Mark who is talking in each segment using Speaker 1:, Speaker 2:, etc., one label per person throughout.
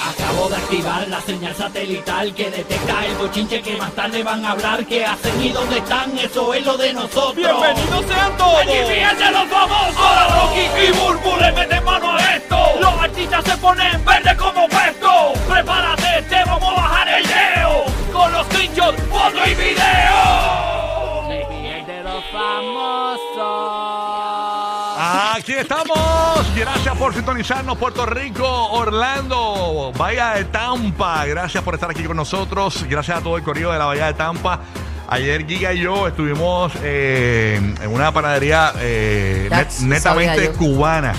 Speaker 1: acabo de activar la señal satelital que detecta el bochinche que más tarde van a hablar. ¿Qué hacen y dónde están? Eso es lo de nosotros.
Speaker 2: ¡Bienvenidos sean todos!
Speaker 1: ¡Aquí fíjense los famosos!
Speaker 2: Ahora Rocky y Burbu le meten mano a esto. Los artistas se ponen verde como pesto. Prepárate, te vamos a bajar el leo. Con los pinchos, foto y video.
Speaker 1: de los famosos!
Speaker 3: Aquí estamos. Gracias por sintonizarnos, Puerto Rico, Orlando, Bahía de Tampa. Gracias por estar aquí con nosotros. Gracias a todo el corrido de la Bahía de Tampa. Ayer Giga y yo estuvimos eh, en una panadería eh, net-
Speaker 4: That's-
Speaker 3: netamente
Speaker 4: sabía yo.
Speaker 3: cubana.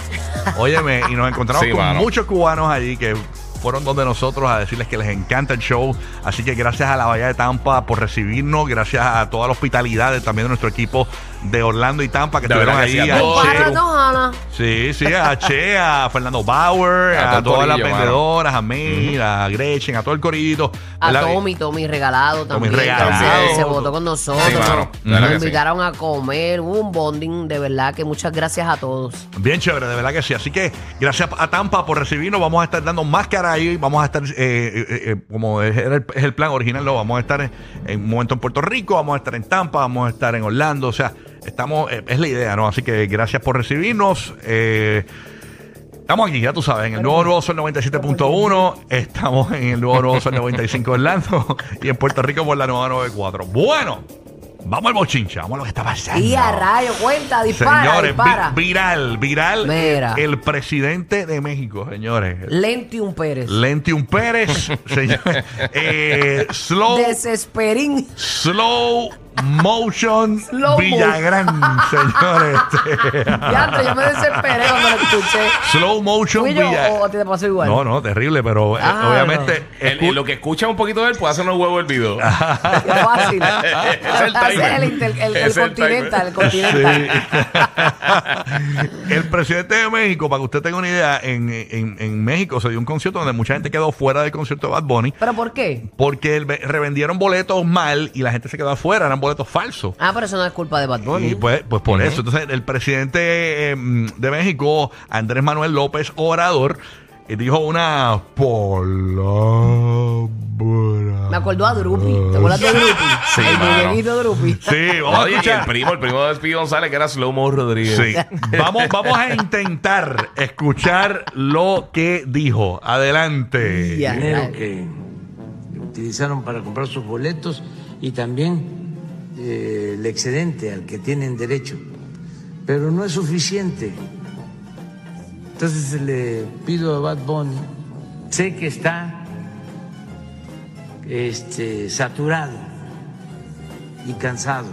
Speaker 3: Óyeme, y nos encontramos
Speaker 5: Sí,
Speaker 3: con
Speaker 5: mano.
Speaker 3: muchos cubanos allí que fueron donde nosotros a decirles que les encanta el show. Así que gracias a la Bahía de Tampa por recibirnos, gracias a toda la hospitalidad de- también de nuestro equipo de Orlando y Tampa que
Speaker 5: De
Speaker 3: estuvieron
Speaker 5: verdad que
Speaker 3: ahí.
Speaker 5: sí, a
Speaker 3: a
Speaker 5: todos.
Speaker 3: Che-
Speaker 4: Barra Tojana.
Speaker 3: Sí, sí, a Che, a Fernando Bauer,
Speaker 5: A
Speaker 3: a,
Speaker 5: todo el
Speaker 3: todas las
Speaker 5: corillo, mano.
Speaker 3: vendedoras, a Mir, a Gretchen, a todo el corillito.
Speaker 4: A
Speaker 3: ¿Verdad?
Speaker 4: Tommy, Tommy regalado
Speaker 3: Tommy
Speaker 4: también.
Speaker 3: regalado.
Speaker 4: que se- Se votó con nosotros.
Speaker 5: Sí, mano. De
Speaker 4: Nos
Speaker 5: verdad que sí.
Speaker 4: invitaron a comer. Hubo un bonding, de verdad, que muchas gracias a todos.
Speaker 3: Bien chévere, de verdad que sí. Así que gracias a Tampa por recibirnos. Vamos a estar dando más cara ahí. Vamos a estar, eh, eh, eh, como es era el, es el plan original, lo vamos a estar en, en un momento en Puerto Rico, vamos a estar en Tampa, vamos a estar en Orlando. O sea, estamos, eh, es la idea, ¿no? Así que gracias por recibirnos. Eh, Estamos aquí, ya tú sabes, en el nuevo Nuevo Sol 97.1, estamos en el nuevo Nuevo Sol 95 Orlando y en Puerto Rico por la nueva 94. Bueno, vamos al bochincha, vamos a lo que está pasando.
Speaker 4: Y a rayo, cuenta, dispara,
Speaker 3: Señores, vi-
Speaker 4: dispara.
Speaker 3: viral, viral.
Speaker 4: Mira.
Speaker 3: El, el presidente de México, señores.
Speaker 4: Lentium Pérez.
Speaker 3: Lentium Pérez, señores. Eh, slow,
Speaker 4: Desesperín.
Speaker 3: slow motion
Speaker 4: Slow mo-
Speaker 3: Villagrán, señores. Este,
Speaker 4: Ya, antes yo me desesperé cuando lo escuché.
Speaker 3: slow motion
Speaker 4: Fui yo
Speaker 3: Villagrán.
Speaker 4: o a ti te pasó igual.
Speaker 3: No, no, terrible, pero eh,
Speaker 4: Ah,
Speaker 3: obviamente.
Speaker 5: El-
Speaker 3: escu-
Speaker 5: el- lo que escucha un poquito de él puede hacer unos huevos hervidos.
Speaker 4: Qué fácil.
Speaker 5: Es el
Speaker 4: Hacer
Speaker 5: timer.
Speaker 4: el, inter- el- el
Speaker 5: Es el
Speaker 4: continental,
Speaker 5: timer.
Speaker 4: el continental.
Speaker 3: Sí. el presidente de México, para que usted tenga una idea, en, en- en México se dio un concierto donde mucha gente quedó fuera del concierto de Bad Bunny
Speaker 4: ¿Pero por qué?
Speaker 3: porque el- revendieron boletos mal y la gente se quedó afuera, eran boletos falsos.
Speaker 4: Ah, pero eso no es culpa de Bad Bunny.
Speaker 3: Y pues, pues por eso. Entonces, el presidente eh, mm, de México, Andrés Manuel López Obrador, eh, dijo una palabra.
Speaker 4: Me acordó a Drupi. ¿Te acuerdas de Drupi?
Speaker 5: Sí,
Speaker 4: el
Speaker 5: mano.
Speaker 4: muñequito Drupi.
Speaker 3: Sí, vamos a
Speaker 5: No, y el
Speaker 3: escuchar.
Speaker 5: primo, el primo de Speedy González, que era Slow Mo Rodríguez.
Speaker 3: Sí. Vamos, vamos a intentar escuchar lo que dijo. Adelante.
Speaker 4: Ya.
Speaker 6: dinero que utilizaron para comprar sus boletos y también eh, el excedente al que tienen derecho. Pero no es suficiente. Entonces le pido a Bad Bunny, sé que está este, saturado y cansado,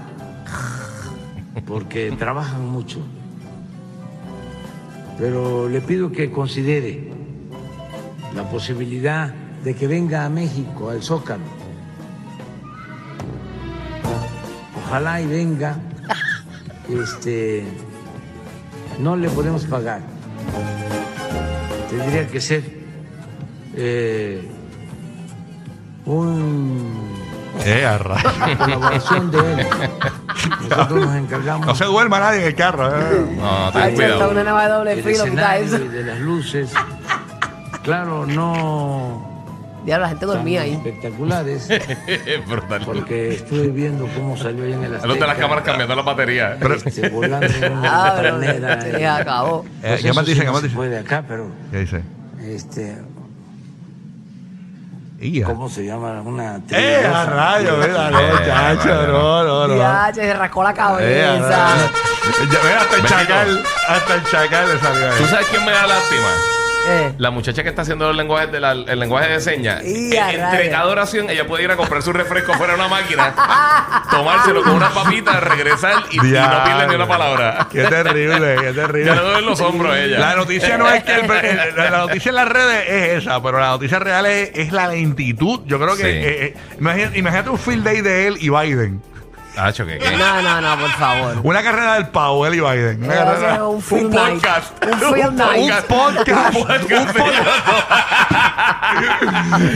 Speaker 6: porque trabajan mucho. Pero le pido que considere la posibilidad de que venga a México, al Zócalo. Ojalá y venga. Este, no le podemos pagar. Tendría que ser eh, una
Speaker 3: Eh, a rayos.
Speaker 6: colaboración de él. Nosotros nos encargamos
Speaker 3: No se duerma nadie en el carro. eh.
Speaker 4: Ay,
Speaker 5: No, Ah, ten
Speaker 4: esto está
Speaker 5: cuidado.
Speaker 4: una navaja de doble
Speaker 6: del
Speaker 4: filo, quita
Speaker 6: escenario
Speaker 4: eso.
Speaker 6: y de las luces. Claro, no
Speaker 4: Ya la gente
Speaker 6: tan
Speaker 4: dormía ahí.
Speaker 6: espectaculares.
Speaker 5: Brutal.
Speaker 6: porque estuve viendo cómo salió ahí en el
Speaker 5: El otro de las
Speaker 6: Azteca,
Speaker 5: cámaras cambiando las baterías.
Speaker 6: este, volando en una
Speaker 4: Ah, pero
Speaker 6: botanera,
Speaker 4: se
Speaker 6: eh.
Speaker 4: acabó.
Speaker 3: Eh,
Speaker 6: Pues
Speaker 3: ¿Qué
Speaker 6: eso
Speaker 3: más
Speaker 6: sí
Speaker 3: dicen?
Speaker 6: no
Speaker 3: ¿Qué más
Speaker 6: se
Speaker 3: dicen?
Speaker 6: puede acá, pero
Speaker 3: ¿Qué dice?
Speaker 6: este,
Speaker 3: Ya.
Speaker 6: ¿cómo se llama? Una
Speaker 3: Eh, a
Speaker 6: triguerosa.
Speaker 3: rayos, mira,
Speaker 5: Eh,
Speaker 3: no, chacho, no, no, no.
Speaker 4: Ya, che, se rascó la
Speaker 3: Eh, a
Speaker 4: cabeza.
Speaker 3: rayos. Ya, mira, hasta el
Speaker 5: Bendito.
Speaker 3: chacal, hasta el chacal le salió ahí.
Speaker 5: ¿Tú sabes quién me da lástima?
Speaker 4: Eh,
Speaker 5: La muchacha que está haciendo los lenguajes de la- el lenguaje de señas.
Speaker 4: Y a
Speaker 5: Eh,
Speaker 4: rayos.
Speaker 5: Entre cada oración, ella puede ir a comprar su refresco fuera de una máquina, tomárselo con una papita, regresar y, y no pierde ni una palabra.
Speaker 3: Qué terrible, qué
Speaker 5: Ya le
Speaker 3: terrible.
Speaker 5: duelen los hombros a ella.
Speaker 3: La noticia no es que el- el- la noticia en las redes es esa, pero la noticia real es, es la lentitud. Yo creo que
Speaker 5: Sí.
Speaker 3: eh, eh, imagínate, imagínate un field day de él y Biden.
Speaker 5: Hacho, que- que-
Speaker 4: No, no, no, por favor.
Speaker 3: Una carrera del Pau, él y Biden. Una
Speaker 4: Eh, va a
Speaker 3: carrera-
Speaker 4: ser un film night.
Speaker 5: podcast.
Speaker 4: Un film night.
Speaker 3: Un podcast.
Speaker 5: Un podcast.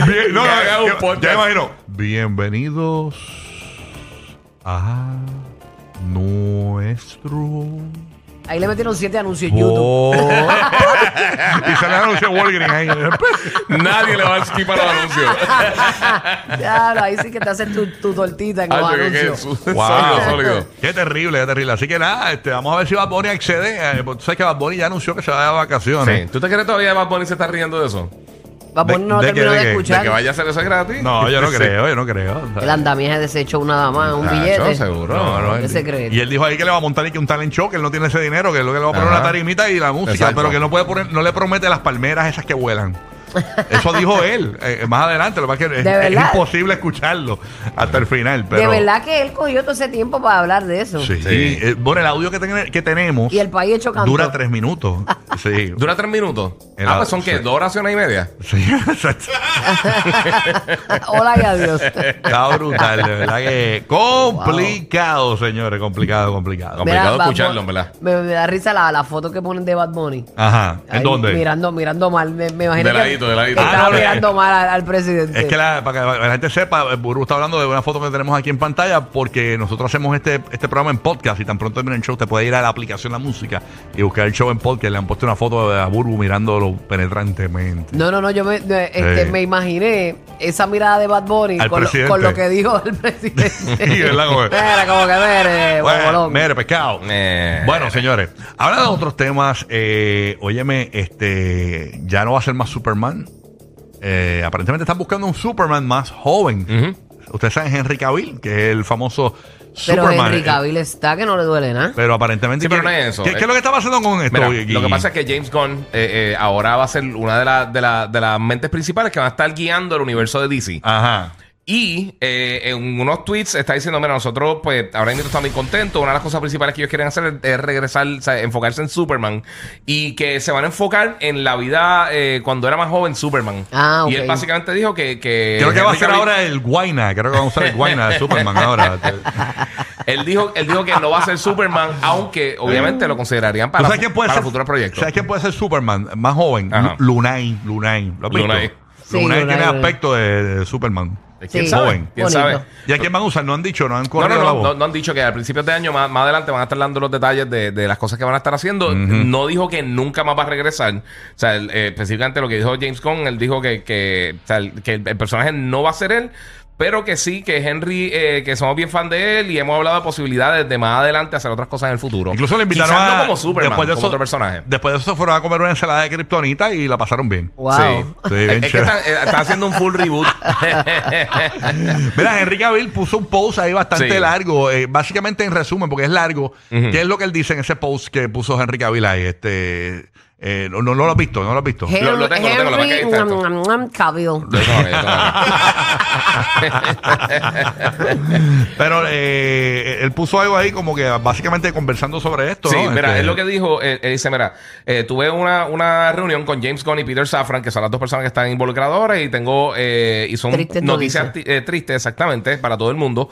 Speaker 3: Bien- no, no,
Speaker 5: Que haga un
Speaker 3: yo-
Speaker 5: podcast.
Speaker 3: ya me imagino. Bienvenidos a nuestro
Speaker 4: Ahí le metieron siete anuncios en YouTube.
Speaker 3: Oh. y se le anunció Walgreens ahí.
Speaker 5: Nadie le va a esquipar los anuncios.
Speaker 4: Claro, ahí sí que te hacen tu, tu tortita con los
Speaker 5: Ah, yo creo que
Speaker 4: anuncios.
Speaker 5: es su- sólido, sólido.
Speaker 3: Qué terrible, qué terrible. Así que nada, este, vamos a ver si Bad Bunny accede. eh, porque tú sabes que Bad Bunny ya anunció que se va de
Speaker 5: Sí.
Speaker 3: vacaciones.
Speaker 5: ¿Tú te crees todavía Bad Bunny se está riendo de eso?
Speaker 4: Va a poner, no lo
Speaker 3: ¿De- de qué,
Speaker 4: terminó
Speaker 3: de
Speaker 4: de,
Speaker 3: qué? ¿De
Speaker 5: De que
Speaker 4: escuchar.
Speaker 5: vaya a hacer eso gratis.
Speaker 3: No, yo no
Speaker 5: Sí.
Speaker 3: creo, yo no creo. O sea,
Speaker 4: El andamiaje deshecho una dama, un
Speaker 5: Nacho,
Speaker 4: billete.
Speaker 5: seguro.
Speaker 3: no, no,
Speaker 4: ¿Qué
Speaker 3: él-
Speaker 4: se cree?
Speaker 3: Y él dijo ahí que le va a montar y que un talent show, que él no tiene ese dinero, que es lo que le va a poner
Speaker 5: Ajá.
Speaker 3: una tarimita y la música,
Speaker 5: Exacto.
Speaker 3: pero que no puede poner, no le promete las palmeras esas que vuelan. Eso dijo él eh, más adelante, lo que pasa es que es,
Speaker 4: ¿De
Speaker 3: es
Speaker 4: verdad?
Speaker 3: imposible escucharlo hasta el final. Pero,
Speaker 4: de verdad que él cogió todo ese tiempo para hablar de eso.
Speaker 3: Sí.
Speaker 5: Sí.
Speaker 3: Eh, bueno, el audio que, ten- que tenemos
Speaker 4: Y el país hecho canto.
Speaker 3: dura tres minutos. Sí.
Speaker 5: ¿Dura tres minutos?
Speaker 3: El
Speaker 5: ah,
Speaker 3: ad-
Speaker 5: pues son que
Speaker 3: sí.
Speaker 5: dos oraciones y media.
Speaker 3: Sí, exacto.
Speaker 4: Hola y adiós.
Speaker 3: Está brutal, de verdad que complicado, señores, complicado, complicado.
Speaker 5: Complicado
Speaker 4: Mira, Bad
Speaker 5: escucharlo, en
Speaker 4: Bunny-
Speaker 5: verdad.
Speaker 4: Me, me da risa la, la foto que ponen de Bad Bunny.
Speaker 3: Ajá, Ah, ¿en
Speaker 4: Ahí
Speaker 3: dónde?
Speaker 4: Mirando, mirando mal. Me, me imagino
Speaker 5: De ladito,
Speaker 4: que,
Speaker 5: de ladito.
Speaker 4: que
Speaker 5: Ah,
Speaker 4: estaba
Speaker 3: no, no,
Speaker 4: mirando mal al, al presidente.
Speaker 3: Es que la- para que la gente sepa, el Burbu está hablando de una foto que tenemos aquí en pantalla porque nosotros hacemos este, este programa en podcast y tan pronto termina el show, te puede ir a la aplicación La Música y buscar el show en podcast. Le han puesto una foto de a Burbu mirándolo penetrantemente.
Speaker 4: No, no, no, yo me, de- este,
Speaker 3: Sí.
Speaker 4: me imaginé esa mirada de Bad Bunny
Speaker 3: Al
Speaker 4: con lo,
Speaker 3: presidente.
Speaker 4: con lo que dijo el presidente.
Speaker 3: Sí, ¿verdad? Como que-
Speaker 4: Era como que, mire,
Speaker 3: Bueno,
Speaker 4: bobolón.
Speaker 3: mere, pescado.
Speaker 5: Eh.
Speaker 3: Bueno, señores, hablando de otros temas, eh, óyeme, este, ya no va a ser más Superman. Eh, aparentemente están buscando un Superman más joven. Ustedes saben Henry Cavill, que es el famoso
Speaker 4: Pero
Speaker 3: Superman. Eh,
Speaker 4: Henry Cavill está que no le duele nada.
Speaker 3: Pero aparentemente.
Speaker 5: Sí, pero
Speaker 3: ¿qué-
Speaker 5: no es eso.
Speaker 3: ¿qué, qué es lo que está pasando con esto?
Speaker 5: Mira,
Speaker 3: Guigui?
Speaker 5: lo que pasa es que James Gunn eh, eh, ahora va a ser una de, la- de la- de las mentes principales que va a estar guiando el universo de DC.
Speaker 3: Ajá.
Speaker 5: Y eh, en unos tweets está diciendo, mira, nosotros pues ahora mismo estamos muy contentos. Una de las cosas principales que ellos quieren hacer es regresar, o sea, enfocarse en Superman. Y que se van a enfocar en la vida eh, cuando era más joven Superman.
Speaker 4: Ah,
Speaker 5: Y él
Speaker 4: ok.
Speaker 5: básicamente dijo que... que
Speaker 3: Creo que va a
Speaker 5: eh, Henry
Speaker 3: ser
Speaker 5: Cavill-
Speaker 3: ahora el Guayna. Creo que vamos a usar el Guayna de Superman ahora.
Speaker 5: Él dijo, él dijo que no va a ser Superman, aunque obviamente lo considerarían
Speaker 3: ¿Tú
Speaker 5: para,
Speaker 3: sabes quién puede
Speaker 5: para
Speaker 3: ser?
Speaker 5: futuros proyectos.
Speaker 3: ¿Sabes quién puede ser Superman más joven?
Speaker 5: Ajá.
Speaker 3: Lu- Lunay. Lunay. ¿Lo has visto?
Speaker 5: Lunay.
Speaker 4: Sí,
Speaker 3: Lunay
Speaker 4: Lunay,
Speaker 3: tiene
Speaker 4: Lunay.
Speaker 3: aspecto de, de Superman.
Speaker 5: ¿Quién
Speaker 4: Sí.
Speaker 5: sabe?
Speaker 3: Joven.
Speaker 5: ¿Quién
Speaker 4: Bonito.
Speaker 5: sabe?
Speaker 3: ¿Y a quién van a usar? No han dicho, no han
Speaker 5: No,
Speaker 3: corrido
Speaker 5: no,
Speaker 3: la
Speaker 5: no,
Speaker 3: voz.
Speaker 5: no, no han dicho que al principio de año, más, más adelante, van a estar dando los detalles de, de las cosas que van a estar haciendo. No dijo que nunca más va a regresar. O sea, el, eh, específicamente lo que dijo James Gunn, él dijo que, que, o sea, el, que el- el personaje no va a ser él, pero que sí, que Henry, eh, que somos bien fan de él y hemos hablado de posibilidades de más adelante hacer otras cosas en el futuro.
Speaker 3: Incluso le invitaron
Speaker 5: Quizás
Speaker 3: a.
Speaker 5: no como Superman,
Speaker 3: después de
Speaker 5: como
Speaker 3: eso-
Speaker 5: otro personaje.
Speaker 3: Después de eso fueron a comer una ensalada de kriptonita y la pasaron bien.
Speaker 4: Wow.
Speaker 5: Sí.
Speaker 3: Sí,
Speaker 5: Es-
Speaker 3: bien
Speaker 5: es, que
Speaker 3: chévere.
Speaker 5: están, eh, están haciendo un full reboot.
Speaker 3: Mira, Henry Cavill puso un post ahí bastante
Speaker 5: Sí.
Speaker 3: largo, eh, básicamente en resumen, porque es largo.
Speaker 5: Ujú.
Speaker 3: ¿Qué es lo que él dice en ese post que puso Henry Cavill ahí? Este, eh, no, no lo has visto, no lo has visto.
Speaker 4: Henry,
Speaker 5: Lo- lo tengo, lo tengo, lo
Speaker 4: Henry,
Speaker 5: tengo, lo tengo.
Speaker 4: mm, mm, mm, Cavill.
Speaker 5: Yo tengo que- yo tengo que-
Speaker 3: Pero eh, él puso algo ahí como que básicamente conversando sobre esto.
Speaker 5: Sí,
Speaker 3: ¿no?
Speaker 5: mira,
Speaker 3: Este,
Speaker 5: es lo que dijo. Él, él dice: Mira, eh, tuve una, una reunión con James Gunn y Peter Safran, que son las dos personas que están involucradoras, y tengo. eh, y son
Speaker 4: Triste
Speaker 5: noticias
Speaker 4: noticia.
Speaker 5: ti- eh, tristes, exactamente, para todo el mundo.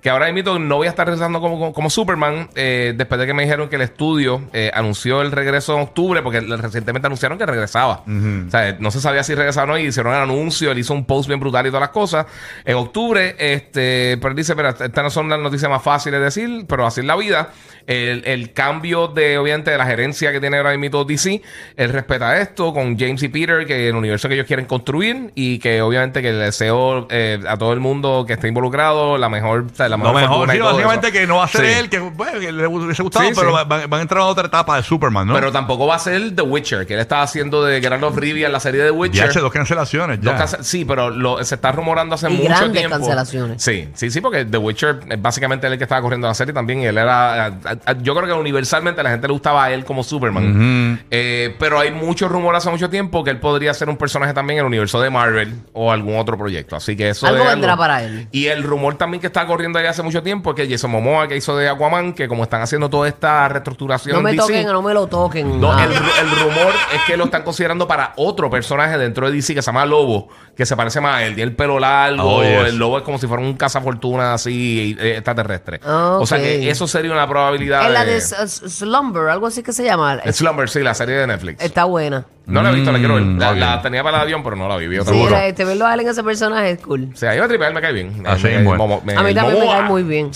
Speaker 5: Que ahora mismo no voy a estar regresando como, como, como Superman, eh, después de que me dijeron que el estudio eh, anunció el regreso en octubre, porque le- recientemente anunciaron que regresaba. O sea, eh, no se sabía si regresaba o no, y hicieron el anuncio, él hizo un post bien brutal y todas las cosas. En octubre, este, pero él dice: Mira, estas no son las noticias más fáciles de decir, pero así es la vida. El, el cambio de, obviamente, de la gerencia que tiene ahora mismo DC, él respeta esto con James y Peter, que el universo que ellos quieren construir y que obviamente que le deseo eh, a todo el mundo que esté involucrado la mejor, o sea, la
Speaker 3: Lo
Speaker 5: mejor
Speaker 3: mejor,
Speaker 5: fortuna y
Speaker 3: sí,
Speaker 5: todo
Speaker 3: básicamente
Speaker 5: eso.
Speaker 3: que no va a ser
Speaker 5: Sí.
Speaker 3: él, que, bueno, que le hubiese gustado,
Speaker 5: Sí,
Speaker 3: pero
Speaker 5: sí.
Speaker 3: va- va- van a entrar a otra etapa de Superman, ¿no?
Speaker 5: Pero tampoco va a ser The Witcher, que él está haciendo de Grand of Rivia en la serie de The
Speaker 3: ya
Speaker 5: Witcher.
Speaker 3: hace dos cancelaciones.
Speaker 5: Dos
Speaker 3: Ya.
Speaker 5: cance- sí, pero lo- se está rumorando hace
Speaker 4: Y
Speaker 5: mucho
Speaker 4: grandes
Speaker 5: tiempo.
Speaker 4: cancelaciones.
Speaker 5: Sí, sí, sí, porque The Witcher eh, básicamente era el que estaba corriendo la serie también. Y él era. a- a- yo creo que universalmente a la gente le gustaba a él como Superman. Eh, pero hay mucho rumor hace mucho tiempo que él podría ser un personaje también en el universo de Marvel o algún otro proyecto. Así que eso.
Speaker 4: Algo
Speaker 5: es
Speaker 4: vendrá para él.
Speaker 5: Y el rumor también que está corriendo ahí hace mucho tiempo es que Jason Momoa, que hizo de Aquaman, que como están haciendo toda esta reestructuración.
Speaker 4: No me
Speaker 5: en DC,
Speaker 4: toquen, no me lo toquen.
Speaker 5: no,
Speaker 4: Ah.
Speaker 5: el, ru- el rumor es que lo están considerando para otro personaje dentro de DC que se llama Lobo, que que se parece más a él. Tiene el pelo largo,
Speaker 3: Oh, yes.
Speaker 5: el lobo es como si fuera un cazafortuna así eh, extraterrestre.
Speaker 4: Ok.
Speaker 5: O sea que eso sería una probabilidad
Speaker 4: En la de
Speaker 5: de...
Speaker 4: S- S- Slumber, algo así que se llama.
Speaker 5: Slumber, sí, la serie de Netflix.
Speaker 4: Está buena.
Speaker 5: No la he visto, la quiero ver.
Speaker 3: Mm,
Speaker 5: La,
Speaker 3: ok.
Speaker 5: la tenía para el avión, pero no la vi. vi otra
Speaker 4: Sí,
Speaker 5: cosa.
Speaker 4: la- este, verlo a él en ese personaje es cool.
Speaker 5: O sea, yo a tripear me cae bien.
Speaker 3: Así
Speaker 5: Me-
Speaker 3: mismo es.
Speaker 5: Momo- me-
Speaker 4: A mí
Speaker 5: el
Speaker 4: también me
Speaker 5: Momoa.
Speaker 4: cae muy bien.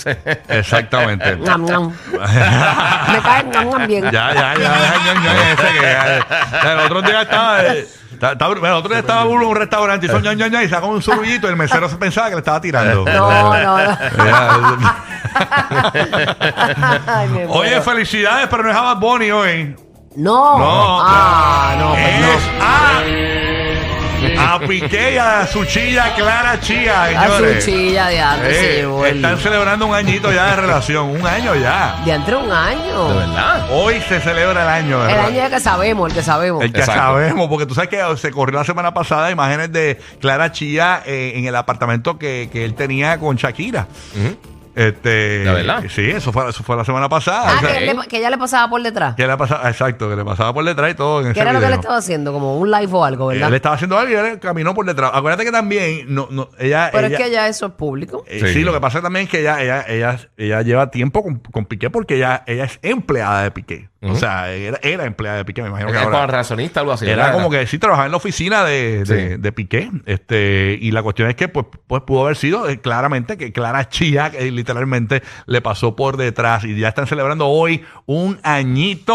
Speaker 3: Exactamente. ya,
Speaker 4: Nam, nam. Me cae nam, nam bien.
Speaker 3: ya, ya, deja el ñoño ese que ya- el otro día estaba. eh, está- está- el otro día estaba Bulo en un restaurante y son ñoño, ñoño, y sacó un sorbillito y el mesero se pensaba que le estaba tirando.
Speaker 4: No, no, no.
Speaker 3: Ya.
Speaker 4: Ay,
Speaker 3: Oye,
Speaker 4: me muero.
Speaker 3: felicidades, pero no es a Bad Bunny hoy.
Speaker 4: No.
Speaker 3: No. Eh,
Speaker 4: Ah, no, pues no.
Speaker 3: es a, a Piqué y a su chilla Clara Chía,
Speaker 4: A
Speaker 3: señores.
Speaker 4: su chilla de antes se
Speaker 3: Eh,
Speaker 4: llevó el...
Speaker 3: están celebrando un añito ya de relación, un año ya.
Speaker 4: De entre un
Speaker 5: De
Speaker 4: año.
Speaker 5: verdad.
Speaker 3: Hoy se celebra el año,
Speaker 4: El
Speaker 3: ¿verdad? Eh,
Speaker 4: año ya que sabemos, el que sabemos.
Speaker 3: El que
Speaker 5: Exacto.
Speaker 3: sabemos, porque tú sabes que se corrió la semana pasada imágenes de Clara Chía eh, en el apartamento que, que él tenía con Shakira. Este,
Speaker 5: La verdad.
Speaker 3: Sí, eso fue, eso fue la semana pasada.
Speaker 4: Ah,
Speaker 3: O sea,
Speaker 4: que, él le- que ya le pasaba por detrás.
Speaker 3: que le pasaba, exacto, que le pasaba por detrás y todo. En
Speaker 4: ¿Qué
Speaker 3: ese
Speaker 4: era lo que le
Speaker 3: video.
Speaker 4: estaba haciendo? Como un live o algo, ¿verdad?
Speaker 3: Él estaba haciendo algo y él caminó por detrás. Acuérdate que también, no, no, ella,
Speaker 4: Pero
Speaker 3: ella-
Speaker 4: es que ya eso es público.
Speaker 3: Eh,
Speaker 5: Sí.
Speaker 3: sí. lo que pasa también es que ella, ella, ella, ella lleva tiempo con, con Piqué porque ella, ella es empleada de Piqué. O sea, era, era empleada de Piqué, me imagino que
Speaker 5: Es con
Speaker 3: ahora.
Speaker 5: razonista o algo así.
Speaker 3: Era como que sí trabajaba en la oficina de, de,
Speaker 5: Sí.
Speaker 3: de Piqué. Este, y la cuestión es que pues, pues pudo haber sido eh, claramente que Clara Chía que literalmente le pasó por detrás. Y ya están celebrando hoy un añito.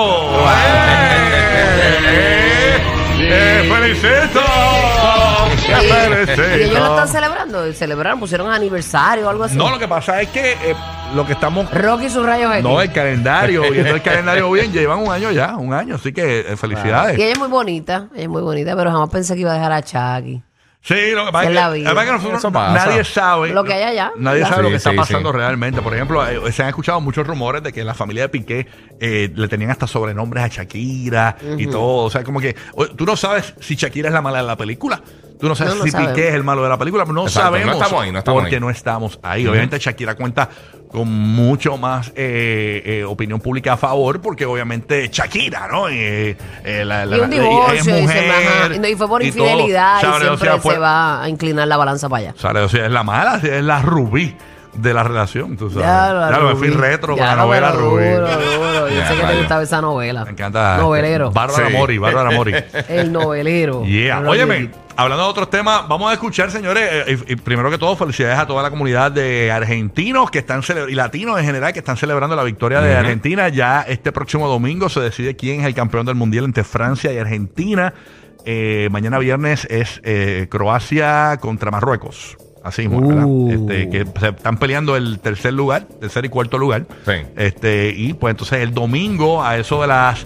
Speaker 3: ¡Eh! ¡Eh! ¡Felicito!
Speaker 4: Y ellos lo
Speaker 3: ¡Felicito!
Speaker 4: están celebrando. Celebraron, pusieron aniversario o algo así.
Speaker 3: No, lo que pasa es que eh, lo que estamos.
Speaker 4: Rocky y sus rayos X.
Speaker 3: No, el calendario, viendo el calendario bien, llevan un año ya, un año, así que eh, felicidades.
Speaker 4: Y ella es muy bonita, ella es muy bonita, pero jamás pensé que iba a dejar a Chucky.
Speaker 3: Sí, lo que
Speaker 4: Es
Speaker 3: pasa es que,
Speaker 4: la vida.
Speaker 3: además que nosotros-
Speaker 5: Eso pasa.
Speaker 3: nadie sabe.
Speaker 4: Lo que hay allá.
Speaker 3: Nadie
Speaker 4: Sí,
Speaker 3: sabe lo que
Speaker 5: sí,
Speaker 3: está pasando
Speaker 5: sí.
Speaker 3: realmente. Por ejemplo, eh, se han escuchado muchos rumores de que la familia de Piqué eh, le tenían hasta sobrenombres a Shakira y todo. O sea, como que o- tú no sabes si Shakira es la mala de la película. Tú no sabes
Speaker 4: No, no
Speaker 3: si
Speaker 4: sabemos.
Speaker 3: Piqué es el malo de la película. No
Speaker 5: Exacto,
Speaker 3: sabemos.
Speaker 5: no estamos ahí, no estamos
Speaker 3: porque
Speaker 5: ahí.
Speaker 3: no estamos ahí. Obviamente Shakira cuenta con mucho más eh, eh, opinión pública a favor porque obviamente Shakira, ¿no? Eh, eh, la- la-
Speaker 4: Y un
Speaker 3: la- es
Speaker 4: divorcio, y, se- ajá. Y no, y fue por
Speaker 3: y todo.
Speaker 4: infidelidad, y
Speaker 3: Sabe, o
Speaker 4: siempre
Speaker 3: sea, fue-
Speaker 4: se va a inclinar la balanza para allá.
Speaker 3: Sale, o sea, es la mala, es la rubí de la relación, tú sabes. Claro, me fui
Speaker 4: Rubí.
Speaker 3: retro
Speaker 4: Ya
Speaker 3: con la
Speaker 4: lo
Speaker 3: novela
Speaker 4: veo
Speaker 3: rubí.
Speaker 4: duro, duro. Yo
Speaker 5: Ya,
Speaker 4: sé que te
Speaker 5: vaya.
Speaker 4: gustaba esa novela.
Speaker 3: Me encanta.
Speaker 4: Novelero.
Speaker 3: Bárbara
Speaker 5: Sí.
Speaker 3: Mori, Bárbara Mori.
Speaker 4: El novelero.
Speaker 3: Yeah.
Speaker 4: El
Speaker 3: Óyeme,
Speaker 4: novelero.
Speaker 3: hablando de otros temas, vamos a escuchar, señores, eh, y- y primero que todo, felicidades a toda la comunidad de argentinos que están cele- y latinos en general que están celebrando la victoria de Argentina. Ya este próximo domingo se decide quién es el campeón del mundial entre Francia y Argentina. Eh, mañana viernes es eh, Croacia contra Marruecos. Así mismo, ¿verdad?
Speaker 4: Uh.
Speaker 3: Este, que se están peleando el tercer lugar, tercer y cuarto lugar.
Speaker 5: Sí.
Speaker 3: Este, y pues entonces el domingo a eso de las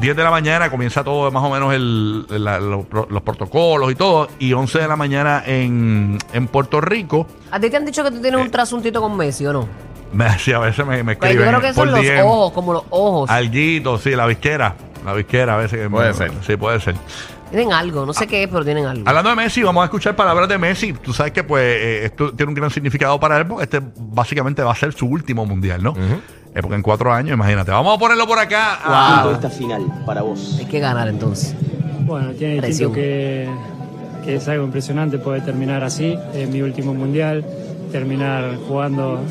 Speaker 3: 10 de la mañana comienza todo más o menos el, la- lo- los protocolos y todo. Y 11 de la mañana en, en Puerto Rico.
Speaker 4: A ti te han dicho que tú tienes un trasuntito con Messi, ¿o no?
Speaker 3: Me, sí, a veces me, me
Speaker 4: Pero
Speaker 3: Eh. escriben
Speaker 4: yo creo que
Speaker 3: por
Speaker 4: son los
Speaker 3: DM.
Speaker 4: ojos, como los ojos.
Speaker 3: Alguito, sí, la visquera. La visquera a veces. que-
Speaker 5: Puede ser.
Speaker 3: Sí, puede ser.
Speaker 4: Tienen algo, no sé qué es, pero tienen algo.
Speaker 3: Hablando de Messi, vamos a escuchar palabras de Messi. Tú sabes que pues eh, esto tiene un gran significado para él porque este básicamente va a ser su último mundial, ¿no? Eh, porque en cuatro años, imagínate. Vamos a ponerlo por acá. Ah, a-
Speaker 4: Wow.
Speaker 7: esta final para vos?
Speaker 4: Hay que ganar entonces.
Speaker 8: Bueno, tiene
Speaker 4: Presión.
Speaker 8: distinto que, que es algo impresionante poder terminar así, en mi último mundial, terminar jugando,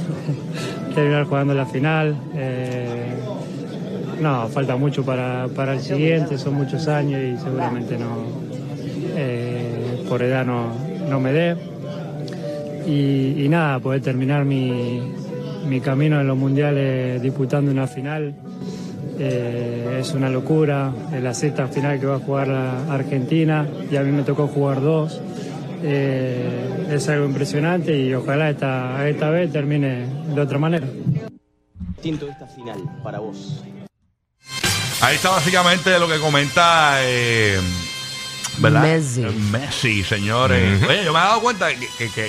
Speaker 8: terminar jugando la final. eh, no, falta mucho para, para el siguiente, son muchos años y seguramente no eh, por edad no, no me dé. Y, y nada, poder terminar mi, mi camino en los mundiales disputando una final eh, es una locura. Es la sexta final que va a jugar la Argentina y a mí me tocó jugar dos. Eh, es algo impresionante y ojalá esta, esta vez termine de otra manera.
Speaker 7: Tinto esta final para vos?
Speaker 3: Ahí está básicamente lo que comenta eh, ¿verdad?
Speaker 4: Messi.
Speaker 3: Eh, Messi, señores. Oye, yo me he dado cuenta que, que- que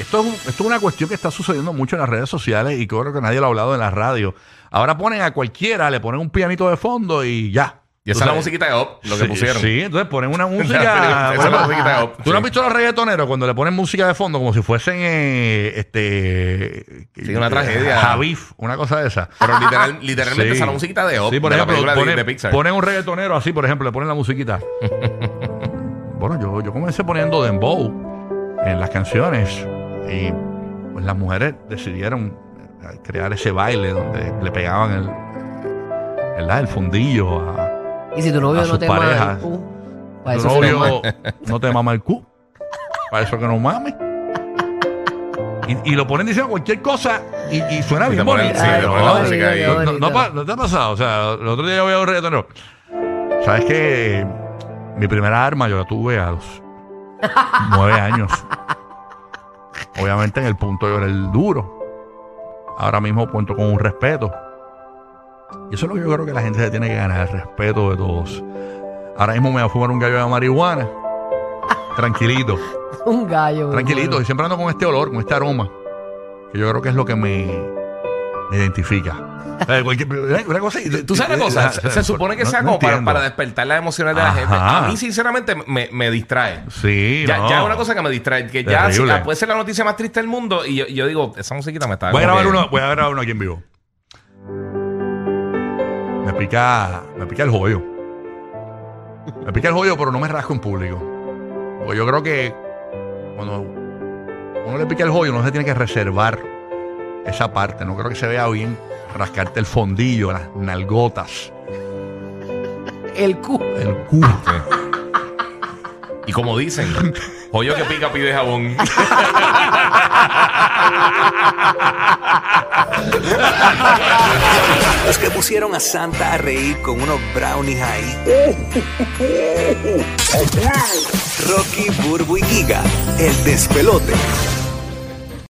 Speaker 3: esto, es un- esto es una cuestión que está sucediendo mucho en las redes sociales y que creo que nadie lo ha hablado en la radio. Ahora ponen a cualquiera, le ponen un pianito de fondo y ya.
Speaker 5: Y esa
Speaker 3: Tú
Speaker 5: es la
Speaker 3: sabes.
Speaker 5: musiquita de Up, lo que
Speaker 3: Sí,
Speaker 5: pusieron.
Speaker 3: Sí, entonces ponen una
Speaker 5: Esa
Speaker 3: música.
Speaker 5: es la
Speaker 3: bueno,
Speaker 5: musiquita de Up.
Speaker 3: ¿Tú no has
Speaker 5: Sí.
Speaker 3: visto a los reggaetoneros cuando le ponen música de fondo como si fuesen eh, este
Speaker 5: Sí, una tragedia.
Speaker 3: Javif, una cosa de esa.
Speaker 5: Pero literal- literalmente
Speaker 3: Ah, Sí.
Speaker 5: esa es la musiquita de Up.
Speaker 3: Sí, por
Speaker 5: de
Speaker 3: ejemplo,
Speaker 5: la película de-
Speaker 3: ponen,
Speaker 5: de Pixar.
Speaker 3: ponen un reggaetonero así, por ejemplo, le ponen la musiquita. bueno, yo, yo comencé poniendo Dembow. en las canciones. Y pues las mujeres decidieron eh, crear ese baile donde le pegaban el, ¿verdad? el fundillo a
Speaker 4: Y si tu
Speaker 3: A
Speaker 4: novio
Speaker 3: sus
Speaker 4: no te uh, mama
Speaker 3: parejas.
Speaker 4: el cu, para
Speaker 3: tu
Speaker 4: eso se lo
Speaker 3: novio. No te mama el cu. Para eso que no mames. Y, y lo ponen diciendo cualquier cosa y, y suena
Speaker 5: Y te
Speaker 3: bien
Speaker 5: ponen-
Speaker 3: bonito.
Speaker 5: sí, te
Speaker 3: Pero,
Speaker 5: ponen la
Speaker 3: ¿no?
Speaker 5: música ahí.
Speaker 4: Qué
Speaker 3: No, no,
Speaker 4: bonito.
Speaker 3: no pa- no te ha pasado. O sea, el otro día yo veo un reggaetonero. ¿Sabes qué? Mi primera arma yo la tuve a los nueve años. Obviamente en el punto yo era el duro. Ahora mismo cuento con un respeto. Y eso es lo que yo creo que la gente se tiene que ganar, el respeto de todos. Ahora mismo me voy a fumar un gallo de marihuana. Tranquilito.
Speaker 4: un gallo.
Speaker 3: Tranquilito, y siempre ando con este olor, con este aroma, que yo creo que es lo que me, me identifica. Eh, cualquier- una cosa y-
Speaker 5: Tú sabes una cosa, se, se supone que
Speaker 3: eh, no-
Speaker 5: sea
Speaker 3: no
Speaker 5: como para,
Speaker 3: entiendo.
Speaker 5: para despertar las emociones de la gente.
Speaker 3: Ajá.
Speaker 5: A mí, sinceramente, me, me distrae.
Speaker 3: Sí,
Speaker 5: Ya,
Speaker 3: no.
Speaker 5: ya es una cosa que me distrae. Que ya
Speaker 3: Terrible.
Speaker 5: si- puede ser la noticia más triste del mundo. Y yo, yo digo, esa musiquita me está.
Speaker 3: Voy a
Speaker 5: como
Speaker 3: grabar
Speaker 5: que-
Speaker 3: uno, voy a grabar uno aquí en vivo. Me pica, me pica el joyo. Me pica el joyo, pero no me rasco en público. Porque yo creo que cuando uno le pica el joyo, no se tiene que reservar esa parte. No creo que se vea bien rascarte el fondillo, las nalgotas,
Speaker 4: El cu.
Speaker 3: el culo.
Speaker 5: Y como dicen, pollo que pica pide jabón.
Speaker 9: Los que pusieron a Santa a reír con unos brownies ahí. Rocky, Burbu y Giga, el despelote.